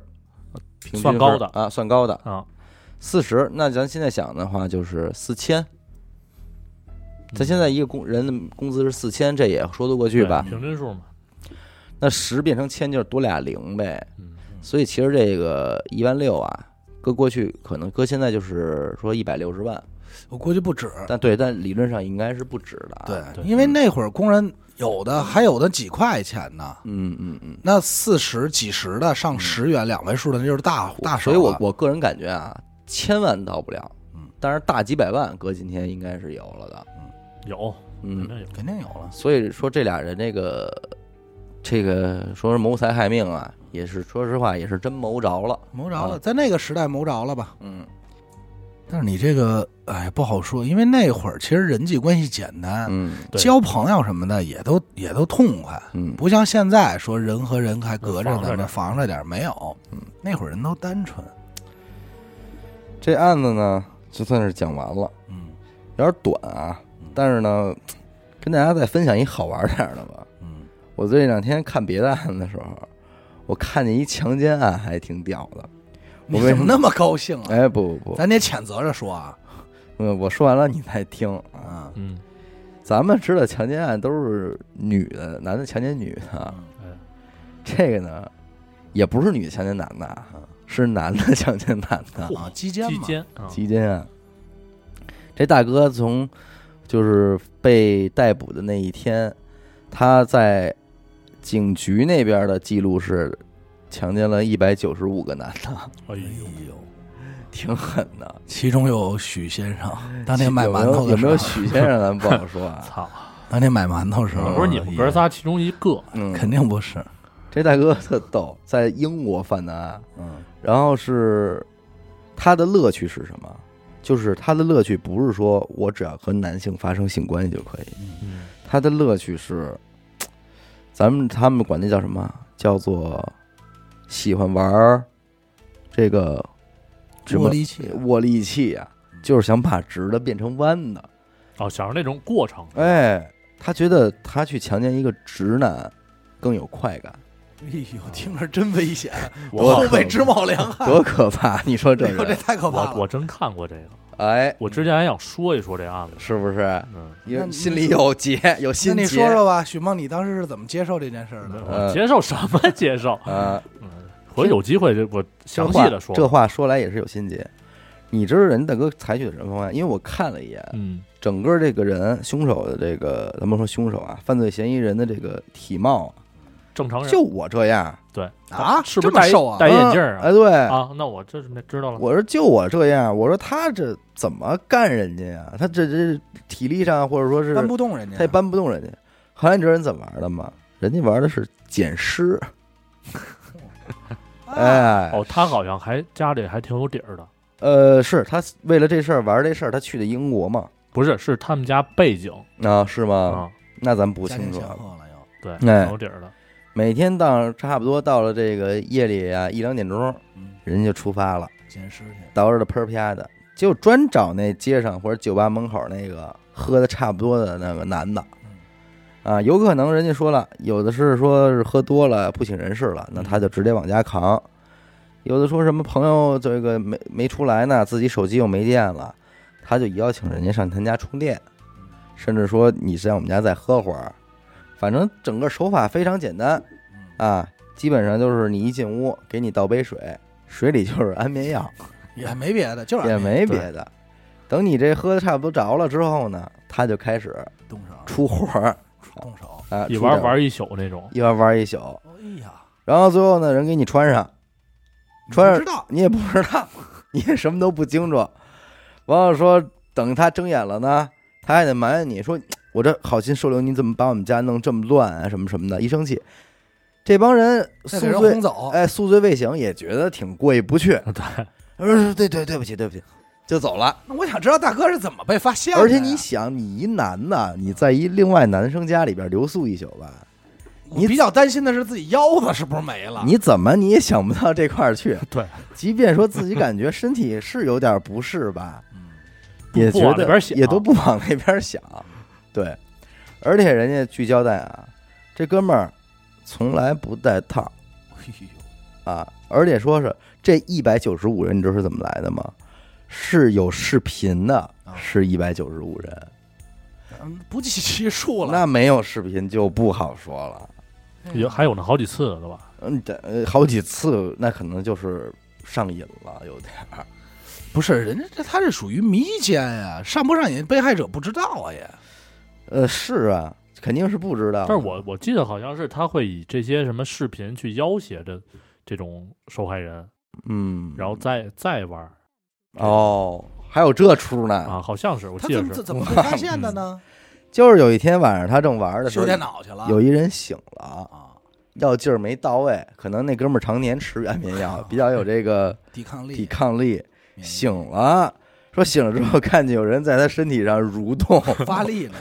S1: 平均
S3: 算高的
S1: 分啊，算高的
S3: 啊，
S1: 四十。40, 那咱现在想的话，就是四千。
S3: 嗯
S1: 咱现在一个工人的工资是四千，这也说得过去
S3: 嗯对
S1: 吧？
S3: 平均数嘛，
S1: 那十变成千就是多俩零呗。
S3: 嗯，
S1: 所以其实这个一万六啊，搁过去可能搁现在就是说一百六十万，
S2: 我估计不止，
S1: 但对，但理论上应该是不止的。啊
S2: 对，，
S3: 嗯对
S2: 因为那会儿工人有的还有的几块钱呢，
S1: 嗯嗯嗯。
S2: 那四十几十的上十元两位数的那就是大大手
S1: 所以
S2: 了，
S1: 嗯我我个人感觉啊，千万到不了，
S2: 嗯，
S1: 但是大几百万，搁今天应该是有了的，
S3: 有肯
S1: 嗯，
S3: 定有，
S2: 肯定有了，
S1: 所以说这俩人这个这个说是谋财害命啊，也是说实话也是真谋着了，
S2: 谋着了，
S1: 啊
S2: 在那个时代谋着了吧？
S1: 嗯，
S2: 但是你这个，哎，不好说，因为那会儿其实人际关系简单，
S1: 嗯
S3: 对
S2: 交朋友什么的也都也都痛快，
S1: 嗯，
S2: 不像现在说人和人还隔着
S3: 防着
S2: 呢，
S3: 点
S2: 防着点儿没有。
S1: 嗯
S2: 那会儿人都单纯，
S1: 这案子呢就算是讲完了，
S2: 嗯
S1: 有点短啊，但是呢，跟大家再分享一好玩点儿的吧。
S2: 嗯
S1: 我这两天看别的案子的时候，我看见一强奸案，还挺屌的。我
S2: 你
S1: 为
S2: 怎
S1: 什
S2: 么
S1: 么
S2: 那么高兴啊？
S1: 哎，不不不，
S2: 咱得谴责着说啊，
S1: 嗯，我说完了你再听啊。
S2: 嗯
S3: 嗯，
S1: 咱们知道强奸案都是女的，男的强奸女的，啊
S2: 嗯
S3: 哎，
S1: 这个呢，也不是女的强奸男的啊，
S2: 嗯
S1: 是男的强奸男的
S3: 嚯
S2: 啊，鸡奸
S3: 鸡
S2: 嘛，
S3: 奸啊，
S1: 期间啊。这大哥从就是被逮捕的那一天，他在警局那边的记录是强奸了一百九十五个男的，
S2: 哎
S3: 哎呦，
S1: 嗯
S2: 呦，
S1: 挺狠的。
S2: 其中有许先生，当天买
S1: 有没
S2: 馒
S1: 有
S2: 头
S1: 哎
S2: 的
S1: 有没有
S2: 时候
S1: 许先生，咱不好说 啊。
S3: 操！
S2: 当天买馒头的时候，
S3: 不是你们哥仨其中一个，
S1: 嗯，
S2: 肯定不是，
S1: 这大哥特逗，在英国犯的案，
S2: 嗯
S1: 然后是他的乐趣是什么？就是他的乐趣不是说我只要和男性发生性关系就可以，
S3: 嗯，
S1: 他的乐趣是，咱们他们管那叫什么？叫做喜欢玩儿这个什么
S2: 握力器，
S1: 握力器啊，就是想把直的变成弯的。
S3: 哦，想着那种过程，
S1: 哎，他觉得他去强奸一个直男更有快感，
S2: 哎呦，听着真危险，
S1: 我
S2: 后背直冒凉汗，
S1: 多可怕！你说这
S2: 哎呦这
S1: 人，
S2: 太可怕
S3: 我
S2: 了。
S3: 我真看过这个，
S1: 哎，
S3: 我之前还想说一说这案子，
S1: 是不是？
S3: 嗯，
S1: 因
S2: 那
S1: 为
S2: 你
S1: 心里有结，有
S2: 那
S1: 心结。
S2: 你说说吧，许梦，你当时是怎么接受这件事儿的？啊
S1: 呃
S3: 我接受什么接受？
S1: 啊，
S3: 嗯，回头有机会就我
S1: 这
S3: 详细
S1: 话
S3: 的说。
S1: 这话说来也是有心结。你知道人大哥采取的什么方案？因为我看了一眼，
S3: 嗯，
S1: 整个这个人凶手的这个，咱们说凶手啊，犯罪嫌疑人的这个体貌，
S3: 正常人
S1: 就我这样
S3: 对
S2: 啊，
S3: 是
S2: 这
S3: 不是
S2: 么
S3: 戴一
S2: 瘦啊？
S3: 戴眼镜儿
S1: 哎，对，
S3: 啊？那我这是没知道了，
S1: 我说就我这样，我说他这怎么干人家呀？他这这体力上或者说是
S2: 搬不动人家，
S1: 他也搬不动人家。后来你知道人怎么玩的吗？人家玩的是捡尸，
S2: 哎，
S1: 哎，
S3: 哦，他好像还家里还挺有底儿的，
S1: 呃，是他为了这事儿玩这事儿，他去的英国嘛？
S3: 不是，是他们家背景
S1: 啊，是吗？
S3: 啊，
S1: 那咱不
S2: 家
S1: 清
S2: 庭
S1: 楚
S2: 显
S1: 啊。
S2: 赫了又，
S3: 对，
S1: 哎
S3: 挺有底儿的。
S1: 每天到差不多到了这个夜里啊一两点钟，
S2: 嗯，
S1: 人家就出发了。
S2: 捡尸去，
S1: 捯饬的喷儿啪的，就专找那街上或者酒吧门口那个喝的差不多的那个男的
S2: 嗯，
S1: 啊，有可能人家说了，有的是说是喝多了不省人事了，那他就直接往家扛；有的说什么朋友这个没没出来呢，自己手机又没电了，他就邀请人家上他家充电，甚至说你上我们家再喝会儿，反正整个手法非常简单啊，基本上就是你一进屋给你倒杯水，水里就是安眠药。
S2: 也没别的，就是
S1: 也
S2: 安眠
S1: 没别的。等你这喝的差不多着了之后呢，他就开始
S2: 动手，
S1: 出活儿
S2: 动手。
S1: 啊，
S3: 一
S1: 出
S3: 玩
S1: 点
S3: 玩一宿那 种，
S1: 一玩玩一宿，
S2: 哎呀，
S1: 然后最后呢，人给你穿上，
S2: 你
S1: 穿
S2: 不
S1: 上
S2: 知道，
S1: 你也不知道， 你也什么都不清楚。完了说，等他睁眼了呢，他还得埋怨你说：“我这好心收留你，怎么把我们家弄这么乱啊？什么什么的。”一生气，这帮人宿
S2: 再给人
S1: 醉
S2: 轰走，
S1: 哎，宿醉未醒也觉得挺过意不去，
S3: 对，
S1: 说：“呃对对对不起，对不起。”就走了。
S2: 那我想知道大哥是怎么被发现的呀，
S1: 哎啊而且你想，你一男的，你在一另外男生家里边留宿一宿吧，
S2: 你比较担心的是自己腰子是不是没了？
S1: 你怎么你也想不到这块儿去。
S3: 对，
S1: 即便说自己感觉身体是有点不适 吧，也
S3: 不
S1: 觉
S3: 往那
S1: 得
S3: 边想
S1: 也都不往那边想。对，而且人家据交代啊，这哥们儿从来不带套
S2: 哎呦，
S1: 啊，而且说是这一百九十五人，你知道是怎么来的吗？是有视频的，
S3: 啊
S1: 是一百九十五人。
S2: 嗯，不计其数了。
S1: 那没有视频就不好说了。
S2: 嗯
S3: 有哎还有那好几次对吧？
S1: 嗯，得呃好几次，那可能就是上瘾了，有点儿。
S2: 不是人家这他这属于迷奸呀、上不上瘾被害者不知道啊也。
S1: 呃，是啊，肯定是不知道。
S3: 但是我我记得好像是他会以这些什么视频去要挟着这种受害人，
S1: 嗯，
S3: 然后再再玩儿
S1: 哦，还有这出呢，
S3: 啊，好像是我
S2: 他
S3: 记得
S2: 怎么
S3: 是，嗯
S2: 怎么被发现的呢？
S1: 就是有一天晚上他正玩的时
S2: 修
S1: 候，
S2: 电脑去了。
S1: 嗯有一人醒了，
S2: 啊，
S1: 药劲儿没到位，可能那哥们儿常年吃安眠药，比较有这个
S2: 抵抗力
S1: 抵抗力，
S2: 免疫
S1: 醒了。说醒了之后看见有人在他身体上蠕动，
S2: 发力呢，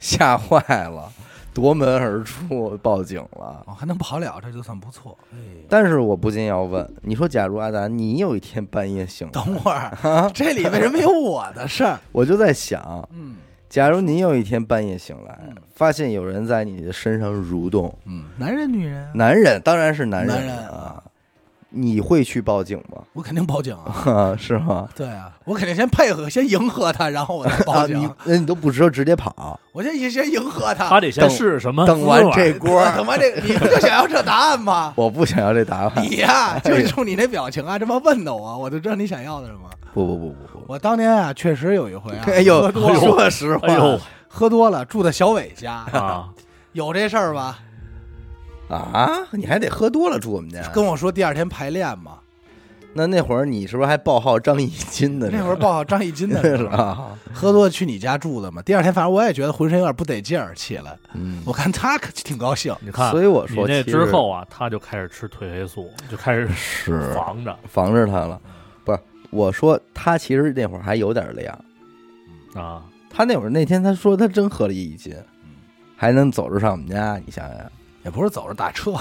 S1: 吓坏了，夺门而出，报警了。
S2: 哦，还能跑了，这就算不错。哎
S1: 但是我不禁要问，你说假如阿达，你有一天半夜醒了，
S2: 等会儿，这里为什么有我的事儿？
S1: 我就在想，
S2: 嗯
S1: 假如你有一天半夜醒来
S2: 嗯，
S1: 发现有人在你的身上蠕动，
S2: 嗯，男人女人啊，
S1: 男人当然是男人
S2: 男人
S1: 啊，你会去报警吗？
S2: 我肯定报警啊。
S1: 是吗？
S2: 对啊，我肯定先配合，先迎合他，然后我再
S1: 啊，
S2: 报
S1: 你
S2: 警。
S1: 那你都不说直接跑，
S2: 我先先迎合
S3: 他
S2: 他。
S3: 得先
S1: 等
S3: 试什么
S1: 等
S3: 滋
S1: 完
S3: 味儿
S1: 这锅儿，？
S2: 他妈这，你不就想要这答案吗
S1: 我不想要这答案。
S2: 你呀、就是冲你那表情啊，这么问的我，我就知道你想要的什么。
S1: 不不不不不，
S2: 我当年啊，确实有一回 啊，
S1: 哎呦，
S2: 喝多了
S1: 说实话
S3: 哎呦
S2: 喝多了住在小伟家，
S3: 啊，
S2: 有这事儿吧？
S1: 啊，你还得喝多了住我们家。
S2: 跟我说第二天排练 嘛，
S1: 那那会儿你是不是还报号张一金的呢？
S2: 那会儿报张艺金 的时候
S1: 啊，
S2: 喝多了去你家住的嘛。第二天反正我也觉得浑身有点不得劲儿，起来
S1: 嗯
S2: 我，看他可挺高兴，
S3: 你看，
S1: 所以我说
S3: 你那
S1: 其
S3: 之
S1: 实
S3: 后啊，他就开始吃褪黑素，就开始
S1: 是
S3: 防着
S1: 防着他了。不是，我说他其实那会儿还有点量，
S3: 啊，
S1: 他那会儿那天他说他真喝了一斤，还能走着上我们家，你想想。
S2: 也不是走着打车，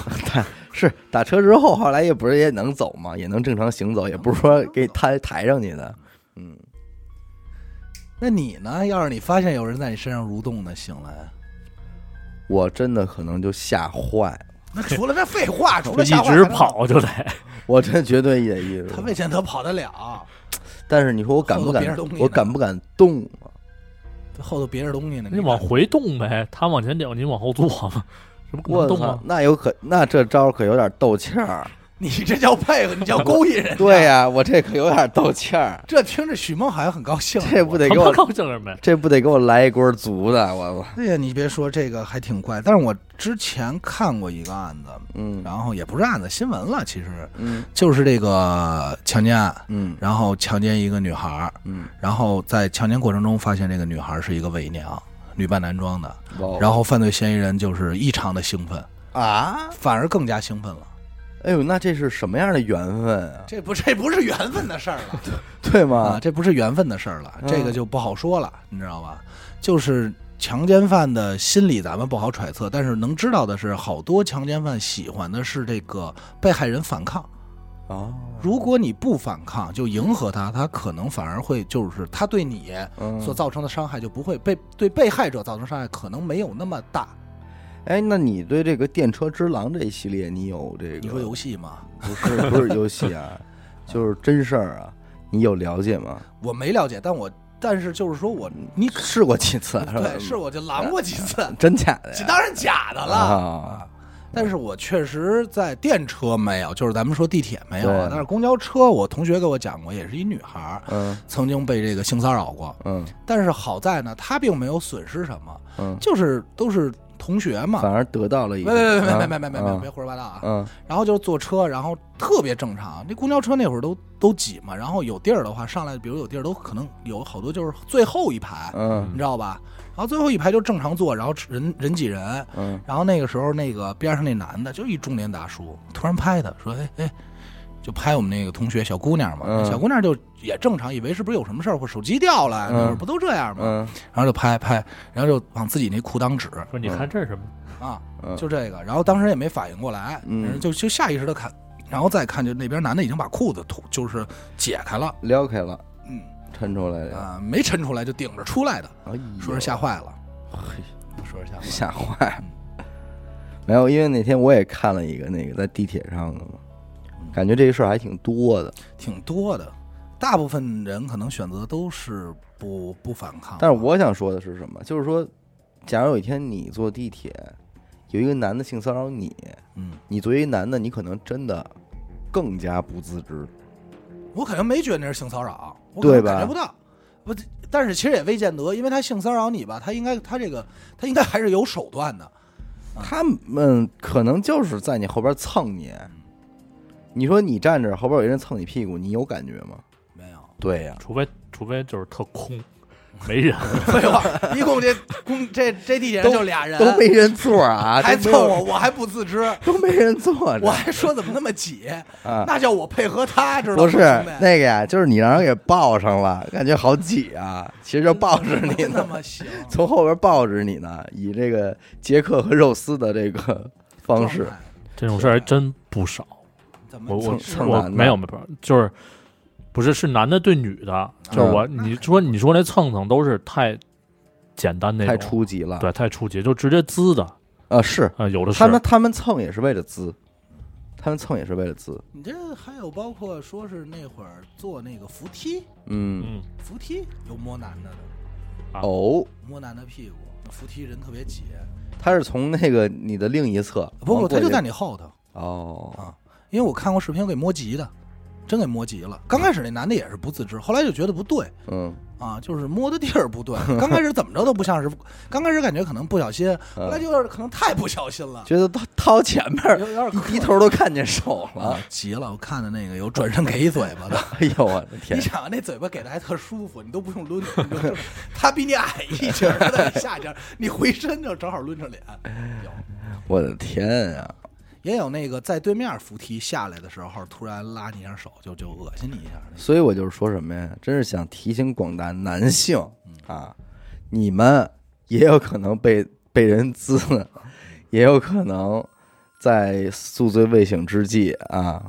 S1: 是打车之后，后来也不是也能走嘛，也能正常行走，也不是说给抬抬上去的。嗯，
S2: 那你呢？要是你发现有人在你身上蠕动呢，醒来，
S1: 我真的可能就吓坏了，
S2: 那除了那废话，除
S3: 就
S2: 了
S3: 一
S2: 吓坏
S3: 直
S2: 还能，
S3: 跑就得，
S1: 我真绝对也意识
S2: 他
S1: 到。
S2: 未见得跑得了，
S1: 但是你说我敢不
S2: 后头
S1: 敢
S2: 别人动你？呢
S1: 我敢不敢动啊？
S2: 后头别着东西呢。
S3: 你往回动呗，他往前顶，你往后坐嘛，这不可
S1: 我
S3: 能动
S1: 操
S3: 吗，？
S1: 那有可那这招可有点斗气儿。
S2: 你这叫配合，你 叫勾引人。
S1: 对呀、我这可有点斗气儿，
S2: 这听着许梦好像很高兴。啊
S1: 这不得
S3: 他
S1: 给我
S3: 妈高兴什么呀？
S1: 这不得给我来一锅足的？我我
S2: 哎呀，你别说这个还挺怪，但是我之前看过一个案子，
S1: 嗯
S2: 然后也不是案子，新闻了，其实
S1: 嗯
S2: 就是这个强奸案，
S1: 嗯
S2: 然后强奸一个女孩儿，
S1: 嗯，
S2: 然后在强奸过程中发现这个女孩儿是一个伪娘，女扮男装的，
S1: 哇
S2: 然后犯罪嫌疑人就是异常的兴奋，
S1: 啊，
S2: 反而更加兴奋了。
S1: 哎呦，那这是什么样的缘分啊？
S2: 这不这不是缘分的事儿了
S1: 对
S2: 啊，
S1: 吗？
S2: 这不是缘分的事儿了，
S1: 嗯
S2: 这个就不好说了，你知道吧？就是强奸犯的心理咱们不好揣测，但是能知道的是，好多强奸犯喜欢的是这个被害人反抗。
S1: 哦，
S2: 如果你不反抗，就迎合他，他可能反而会就是他对你
S1: 嗯
S2: 所造成的伤害就不会被对被害者造成伤害可能没有那么大。
S1: 哎，那你对这个电车之狼这一系列，你有这个？
S2: 你说游戏吗？
S1: 不是不是游戏啊，就是真事儿啊，你有了解吗？
S2: 我没了解，但我但是就是说我你
S1: 试过几次？嗯吧
S2: 对是我就拦过几次，
S1: 真假的呀？
S2: 当然假的了。
S1: 啊，
S2: 但是我确实在电车没有，就是咱们说地铁没有啊
S1: 对，
S2: 但是公交车，我同学给我讲过，也是一女孩儿
S1: 嗯
S2: 曾经被这个性骚扰过，
S1: 嗯
S2: 但是好在呢，她并没有损失什么，
S1: 嗯，
S2: 就是都是同学嘛
S1: 反。而得到了一
S2: 别
S1: 个。
S2: 别别别
S1: 啊
S2: 别别别别别，胡说八道啊！
S1: 嗯
S2: 然后就是坐车，然后特别正常。那公交车那会儿都都挤嘛，然后有地儿的话上来，比如有地儿都可能有好多就是最后一排，
S1: 嗯
S2: 你知道吧？然后最后一排就正常坐，然后人人挤人，
S1: 嗯
S2: 然后那个时候，那个边上那男的就一中年大叔，突然拍他说：“哎哎，就拍我们那个同学小姑娘嘛。
S1: 嗯
S2: 小姑娘就也正常，以为是不是有什么事儿或手机掉了，
S1: 嗯
S2: 那会儿不都这样吗？
S1: 嗯
S2: 然后就拍拍，然后就往自己那裤裆指
S3: 说你看这是什么？
S2: 啊，
S1: 嗯，
S2: 就这个。然后当时也没反应过来，
S1: 嗯
S2: 然后就就下意识的看，然后再看就那边男的已经把裤子脱，就是解开了，
S1: 撩开了，
S2: 嗯
S1: 抻出来了。
S2: 啊、没抻出来就顶着出来的，
S1: 哎呦
S2: 说是吓坏了，
S1: 嘿
S2: 说是吓坏了。
S1: 吓坏了。没有，因为那天我也看了一个那个在地铁上的嘛，感觉这个事儿还挺多的。
S2: 挺多的，大部分人可能选择都是不不反抗。
S1: 但是我想说的是什么？就是说，假如有一天你坐地铁，有一个男的性骚扰你，
S2: 嗯，
S1: 你作为一男的，你可能真的更加不自知。
S2: 我可能没觉得那是性骚扰，我可
S1: 对
S2: 能
S1: 吧
S2: 感觉不到。不，但是其实也未见得，因为他性骚扰你吧，他应该他这个他应该还是有手段的。
S1: 他们可能就是在你后边蹭你。你说你站着，后边有人蹭你屁股，你有感觉吗？
S2: 没有，
S1: 对呀、
S3: 除非除非就是特空，没人，
S2: 废话，一共这公这这地铁上
S1: 都
S2: 就俩人，
S1: 都没人坐啊，
S2: 还
S1: 都
S2: 凑
S1: 没有
S2: 我，我还不自知，
S1: 都没人坐啊着
S2: 我还说怎么那么挤，
S1: 啊。
S2: 那叫我配合他，知道吗？
S1: 不是
S2: 兄弟
S1: 那个呀，就是你让人给抱上了，感觉好挤啊！其实就抱着你
S2: 真他
S1: 呢，
S2: 妈行，
S1: 从后边抱着你呢，以这个杰克和肉丝的这个方式
S2: 状，态
S3: 这种事儿还真不少。
S2: 怎么
S3: 我我
S1: 蹭
S3: 我
S1: 男的
S3: 没有没有，就是不是是男的对女的，就
S1: 嗯
S3: 是我、你说你说那蹭蹭都是太简单那
S1: 太
S3: 种，
S1: 初级了。
S3: 对太初级，就直接滋的啊、
S1: 啊，是
S3: 有的是
S1: 他们他们蹭也是为了滋，他们蹭也是为了滋。
S2: 你这还有包括说是那会儿坐那个扶梯，
S1: 嗯，
S3: 嗯
S2: 扶梯有摸男的的，
S1: 哦，
S2: 摸男的屁股，那扶梯人特别挤，
S1: 他是从那个你的另一侧，
S2: 不不，
S1: 往过
S2: 他就
S1: 去
S2: 在你后头，
S1: 哦，
S2: 因为我看过视频，给摸急的，真给摸急了。刚开始那男的也是不自知，后来就觉得不对
S1: 嗯，
S2: 啊，就是摸的地儿不对。刚开始怎么着都不像是，刚开始感觉可能不小心，后来
S1: 嗯
S2: 就是可能太不小心了，
S1: 觉得掏掏前面
S2: 有
S1: 儿
S2: 有点
S1: 一
S2: 磕
S1: 低头都看见手了
S2: 啊，，急了。我看的那个有转身给一嘴巴的。
S1: 哎呦我的天
S2: 你！想啊那嘴巴给的还特舒服，你都不用抡，你就正他比你矮一截儿，他在你下一截儿，你回身就正好抡着脸。有
S1: 我的天啊！
S2: 也有那个在对面扶梯下来的时候，突然拉你一下手，就就恶心你一下那
S1: 所以我就是说什么呀，真是想提醒广大男性
S3: 嗯
S1: 啊，你们也有可能被被人滋，也有可能在宿醉未醒之际
S3: 嗯
S1: 啊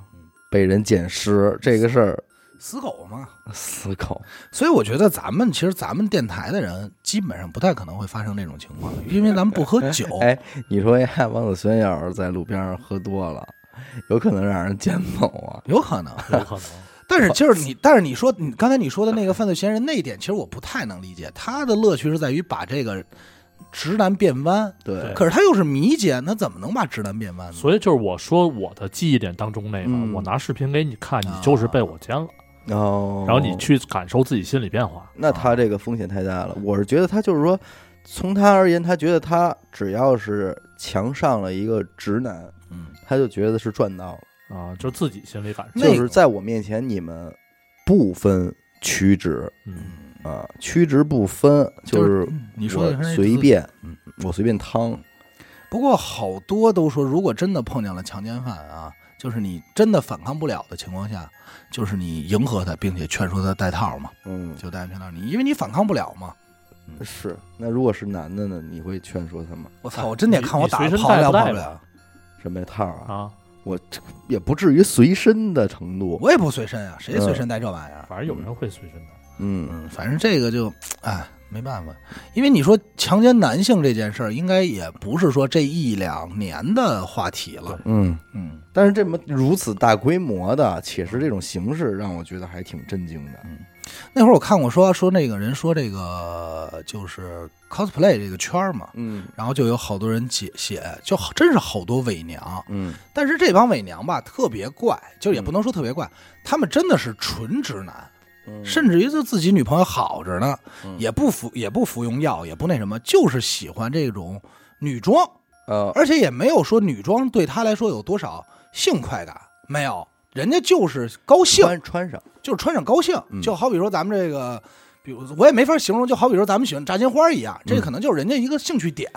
S1: 被人捡尸，这个事儿
S2: 个死狗嘛。
S1: 死 口。
S2: 所以我觉得咱们其实咱们电台的人基本上不太可能会发生这种情况，因为咱们不喝酒。
S1: 哎，你说呀，王子轩要是在路边上喝多了，有可能让人捡走啊。
S2: 有可能，
S3: 有可能，
S2: 但是就是你，但是你说你刚才你说的那个犯罪嫌疑人那一点，其实我不太能理解。他的乐趣是在于把这个直男变弯，
S1: 对
S2: 可是他又是迷奸，他怎么能把直男变弯呢？
S3: 所以就是我说我的记忆点当中那个，
S1: 嗯
S3: 我拿视频给你看，你
S2: 啊
S3: 就是被我奸了，
S1: 哦，
S3: 然后你，去感受自己心理变化。
S1: 那
S2: 啊
S1: 他这个风险太大了。我是觉得他就是说，从他而言，他觉得他只要是强上了一个直男，
S2: 嗯，
S1: 他就觉得是赚到了。
S3: 啊、就自己心里感受
S2: 那，
S1: 就是在我面前，你们不分曲直
S3: 嗯，
S1: 啊，曲直不分，就是
S2: 嗯你说的
S1: 我
S2: 是那
S1: 随
S2: 字。
S1: 便
S2: 嗯，
S1: 我随便趟。
S2: 不过好多都说，如果真的碰见了强奸犯啊，就是你真的反抗不了的情况下，就是你迎合他，并且劝说他戴套嘛，
S1: 嗯，
S2: 就戴安全套。你因为你反抗不了嘛。嗯
S1: 是。那如果是男的呢？你会劝说他吗？
S2: 我操！我真得看我打
S3: 你随身
S2: 跑不
S3: 带
S2: 了
S3: 不带
S2: 跑不了，
S1: 什么呀套啊？
S3: 啊，
S1: 也不至于随身的程度。
S2: 我也不随身啊，谁随身带这玩意儿？
S3: 反正有人会随身的，
S1: 嗯，
S2: 嗯，反正这个就，哎，没办法，因为你说强奸男性这件事儿，应该也不是说这一两年的话题了。
S1: 嗯，
S2: 嗯，
S1: 但是这么如此大规模的，且是这种形式，让我觉得还挺震惊的。
S2: 那会儿我看过说说那个人说这个就是 cosplay 这个圈儿嘛，
S1: 嗯
S2: 然后就有好多人写写，就好真是好多伪娘。
S1: 嗯，
S2: 但是这帮伪娘吧特别怪，就也不能说特别怪，他们真的是纯直男，甚至于就自己女朋友好着呢，
S1: 嗯
S2: 也不服也不服用药，也不那什么，就是喜欢这种女装，
S1: 呃，
S2: 而且也没有说女装对他来说有多少性快感，没有，人家就是高兴。
S1: 穿穿上，
S2: 就是穿上高兴，
S1: 嗯
S2: 就好比说咱们这个，比如我也没法形容，就好比说咱们喜欢炸金花一样，这
S1: 嗯
S2: 可能就是人家一个兴趣点，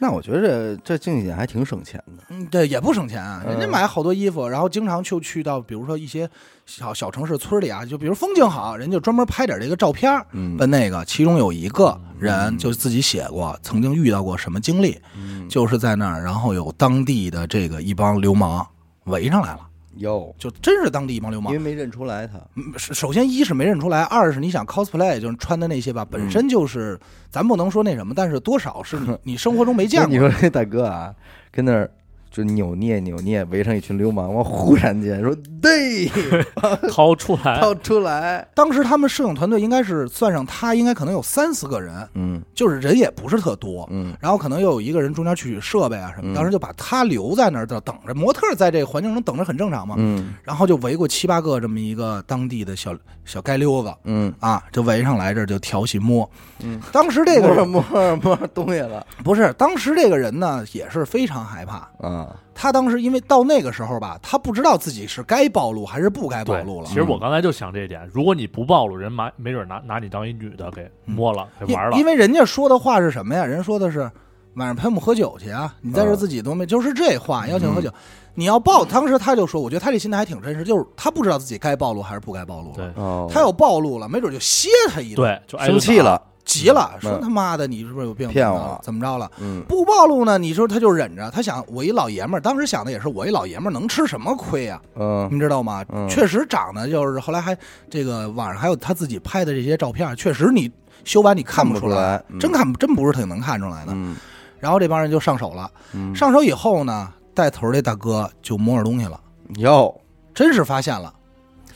S1: 那我觉得这这竞技点还挺省钱的。
S2: 嗯，对，也不省钱啊，
S1: 嗯
S2: 人家买好多衣服，然后经常就去到比如说一些小小城市村里啊，就比如风景好，人就专门拍点这个照片儿。
S1: 嗯
S2: 问那个，其中有一个人就自己写过，曾经遇到过什么经历，
S1: 嗯，
S2: 就是在那儿，然后有当地的这个一帮流氓围上来了，
S1: 有，
S2: 就真是当地一帮流
S1: 因
S2: 氓
S1: 为。没认出来 他。
S2: 嗯首首先一是没认出来，二是你想 cosplay 就是穿的那
S1: 嗯
S2: 些吧，本身就是、咱不能说那什么，但是多少是 你你生活中没见
S1: 那
S2: 过。
S1: 你说这大哥啊，跟那儿。就扭捏扭捏，围上一群流氓。我忽然间说：“对，
S3: 掏出来，
S1: 要出来。
S2: 当时他们摄影团队应该是算上他，应该可能有三四个人，”
S1: 嗯
S2: 就是人也不是特多。
S1: 嗯
S2: 然后可能又有一个人中间取设备啊什么，
S1: 嗯
S2: 当时就把他留在那儿等等着。模特在这个环境中等着很正常嘛。
S1: 嗯
S2: 然后就围过七八个这么一个当地的小小街溜子
S1: 嗯，
S2: 啊，就围上来这儿就调戏摸。
S1: 嗯，
S2: 当时这个人
S1: 摸摸摸东西了
S2: 不是，当时这个人呢也是非常害怕，
S1: 啊啊，
S2: 他当时因为到那个时候吧，他不知道自己是该暴露还是不该暴
S3: 对
S2: 露，了
S3: 其。实我刚才就想这一点，如果你不暴露，人拿没准拿拿你当一女的给摸了，给
S2: 因
S3: 玩了
S2: 因。为人家说的话是什么呀？人说的是晚上陪我们喝酒去啊，你在这
S1: 嗯
S2: 自己都没，就是这话邀请喝
S3: 嗯
S2: 酒。你要暴，当时他就说，我觉得他这心态还挺真实，就是他不知道自己该暴露还是不该暴露了。
S3: 对
S1: 哦，
S2: 他要暴露了，没准就歇他一顿，
S3: 对，就挨
S1: 生
S3: 顿
S1: 气
S3: 打，
S1: 了，
S2: 急了，说
S1: 嗯
S2: 他妈的你是不是有病？
S1: 骗我
S2: 怎么着了怎么着了？
S1: 嗯，
S2: 不暴露呢？你说他就忍着，他想我一老爷们儿，当时想的也是我一老爷们儿能吃什么亏啊？
S1: 嗯，
S2: 你知道吗？
S1: 嗯
S2: 确实长得就是后来还这个网上还有他自己拍的这些照片，确实你修完你看
S1: 不
S2: 不出来，，真
S1: 看
S2: 看真不是挺能看出来
S1: 不
S2: 的。
S1: 嗯
S2: 然后这帮人就上手了，
S1: 嗯，
S2: 上手以后呢，带头这大哥就摸着东西了，
S1: 哟，
S2: 真是发现了，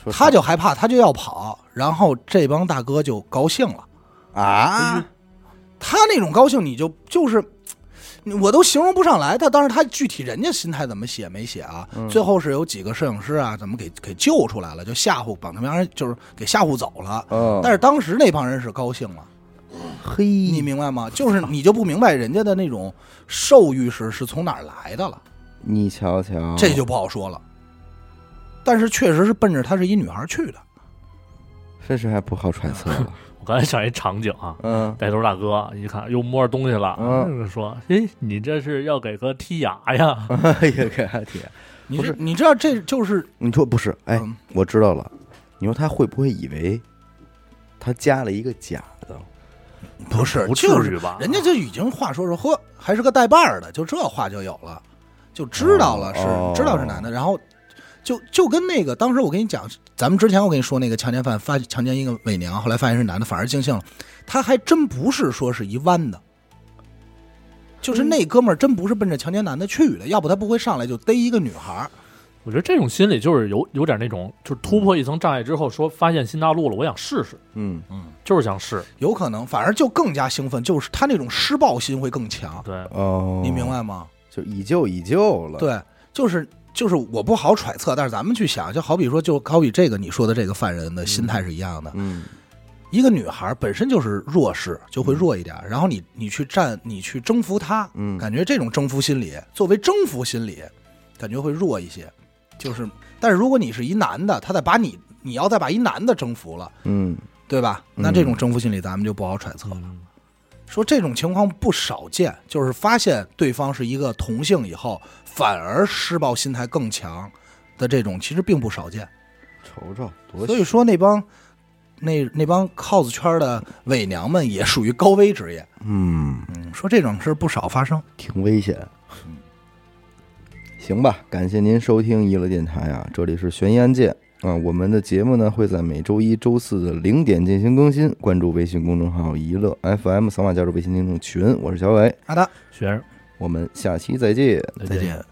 S1: 说
S2: 他就害怕，他就要跑，然后这帮大哥就高兴了。
S1: 啊，
S2: 他那种高兴，你就就是，我都形容不上来。他当时他具体人家心态怎么写没写啊？最后是有几个摄影师啊，怎么给给救出来了，就吓唬把他们让人就是给吓唬走了。
S1: 嗯，
S2: 但是当时那帮人是高兴了，
S1: 嘿，
S2: 你明白吗？就是你就不明白人家的那种兽欲是是从哪儿来的了，
S1: 你瞧瞧，
S2: 这就不好说了。但是确实是奔着她是一女孩去的，
S1: 真是还不好揣测 了，
S3: 我刚才想一场景啊，
S1: 嗯，
S3: 带头大哥一看又摸着东西了，
S1: 嗯
S3: 那个说：“哎，你这是要给哥剔牙呀
S1: 哎呀，给阿铁，
S2: 你
S1: 不
S2: 这
S1: 是
S2: 你知道这就是
S1: 你说不是？哎，
S2: 嗯
S1: 我知道了，你说他会不会以为他加了一个假的？
S2: 不是？”
S3: 不至
S2: 就是
S3: 于吧？
S2: 人家就已经话说说，呵，还是个带把儿的，就这话就有了，就知道了是、
S1: 哦
S2: 知道是男的，然后就就跟那个当时我跟你讲，咱们之前我跟你说那个强奸犯发强奸一个伪娘，后来发现是男的，反而惊醒了，他还真不是说是一弯的。就是那哥们儿真不是奔着强奸男的去的，要不他不会上来就逮一个女孩儿。
S3: 我觉得这种心理就是有有点那种，就是突破一层障碍之后，说发现新大陆了，我想试试，
S1: 嗯，
S3: 就是想试。
S2: 有可能，反而就更加兴奋，就是他那种施暴心会更强，
S3: 对，
S1: 哦，
S2: 你明，白吗？
S1: 就以旧以旧了，，
S2: 对，就是就是我不好揣测，但是咱们去想，就好比说，就好比这个你说的这个犯人的心态是一样的。
S1: 嗯，
S2: 一个女孩本身就是弱势，就会弱一点，然后你你去占，你去征服她，
S1: 嗯
S2: 感觉这种征服心理作为征服心理，感觉会弱一些。就是，但是如果你是一男的，他再把你，你要再把一男的征服了，
S1: 嗯，
S2: 对吧？那
S1: 嗯
S2: 这种征服心理咱们就不好揣测了。
S3: 嗯
S2: 说这种情况不少见，就是发现对方是一个同性以后，反而施暴心态更强的这种，其实并不少见。
S1: 瞅瞅，多
S2: 所以说那帮那那帮 cos 圈的伪娘们也属于高危职业，
S1: 嗯，
S2: 嗯，说这种事儿不少发生。
S1: 挺危险。行吧，感谢您收听娱乐电台啊，这里是悬疑案件啊。我们的节目呢会在每周一周四的零点进行更新，关注微信公众号“娱乐 FM”，扫码加入微信听众群。我是小伟，
S2: 阿达，
S3: 学生
S1: 我们下期再见。
S2: 再见。